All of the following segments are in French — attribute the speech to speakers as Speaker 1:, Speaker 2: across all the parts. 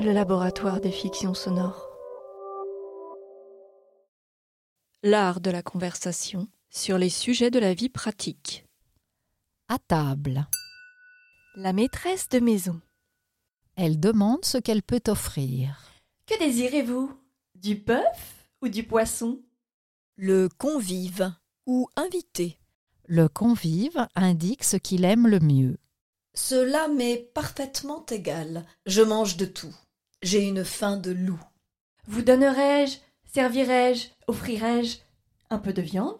Speaker 1: le laboratoire des fictions sonores. L'art de la conversation sur les sujets de la vie pratique.
Speaker 2: À table,
Speaker 1: La maîtresse de maison.
Speaker 2: elle demande ce qu'elle peut offrir.
Speaker 3: Que désirez-vous Du bœuf ou du poisson
Speaker 4: Le convive ou invité.
Speaker 2: Le convive indique ce qu'il aime le mieux.
Speaker 4: Cela m'est parfaitement égal. Je mange de tout. J'ai une faim de loup.
Speaker 3: Vous donnerai-je Servirai-je Offrirai-je Un peu de viande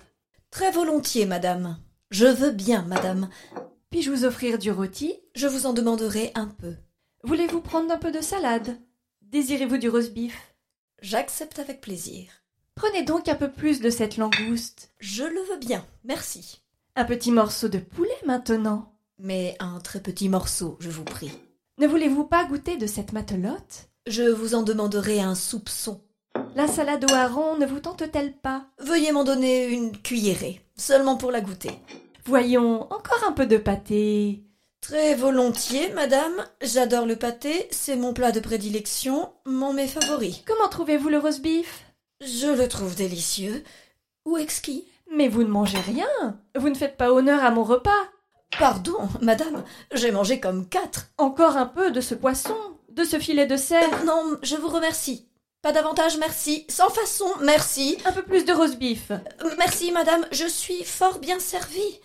Speaker 4: Très volontiers, madame. Je veux bien, madame.
Speaker 3: Puis-je vous offrir du rôti
Speaker 4: Je vous en demanderai un peu.
Speaker 3: Voulez-vous prendre un peu de salade Désirez-vous du roast beef
Speaker 4: J'accepte avec plaisir.
Speaker 3: Prenez donc un peu plus de cette langouste.
Speaker 4: Je le veux bien, merci.
Speaker 3: Un petit morceau de poulet maintenant.
Speaker 4: Mais un très petit morceau, je vous prie.
Speaker 3: Ne voulez-vous pas goûter de cette matelote
Speaker 4: Je vous en demanderai un soupçon.
Speaker 3: La salade au hareng ne vous tente-t-elle pas
Speaker 4: Veuillez m'en donner une cuillerée, seulement pour la goûter.
Speaker 3: Voyons, encore un peu de pâté.
Speaker 4: Très volontiers, madame. J'adore le pâté, c'est mon plat de prédilection, mon mets favori.
Speaker 3: Comment trouvez-vous le roast beef
Speaker 4: Je le trouve délicieux ou exquis.
Speaker 3: Mais vous ne mangez rien. Vous ne faites pas honneur à mon repas.
Speaker 4: Pardon, madame, j'ai mangé comme quatre.
Speaker 3: Encore un peu de ce poisson, de ce filet de cerf,
Speaker 4: Euh, Non, je vous remercie. Pas davantage, merci. Sans façon, merci.
Speaker 3: un peu plus de roast beef.
Speaker 4: Euh, Merci, madame, je suis fort bien servie.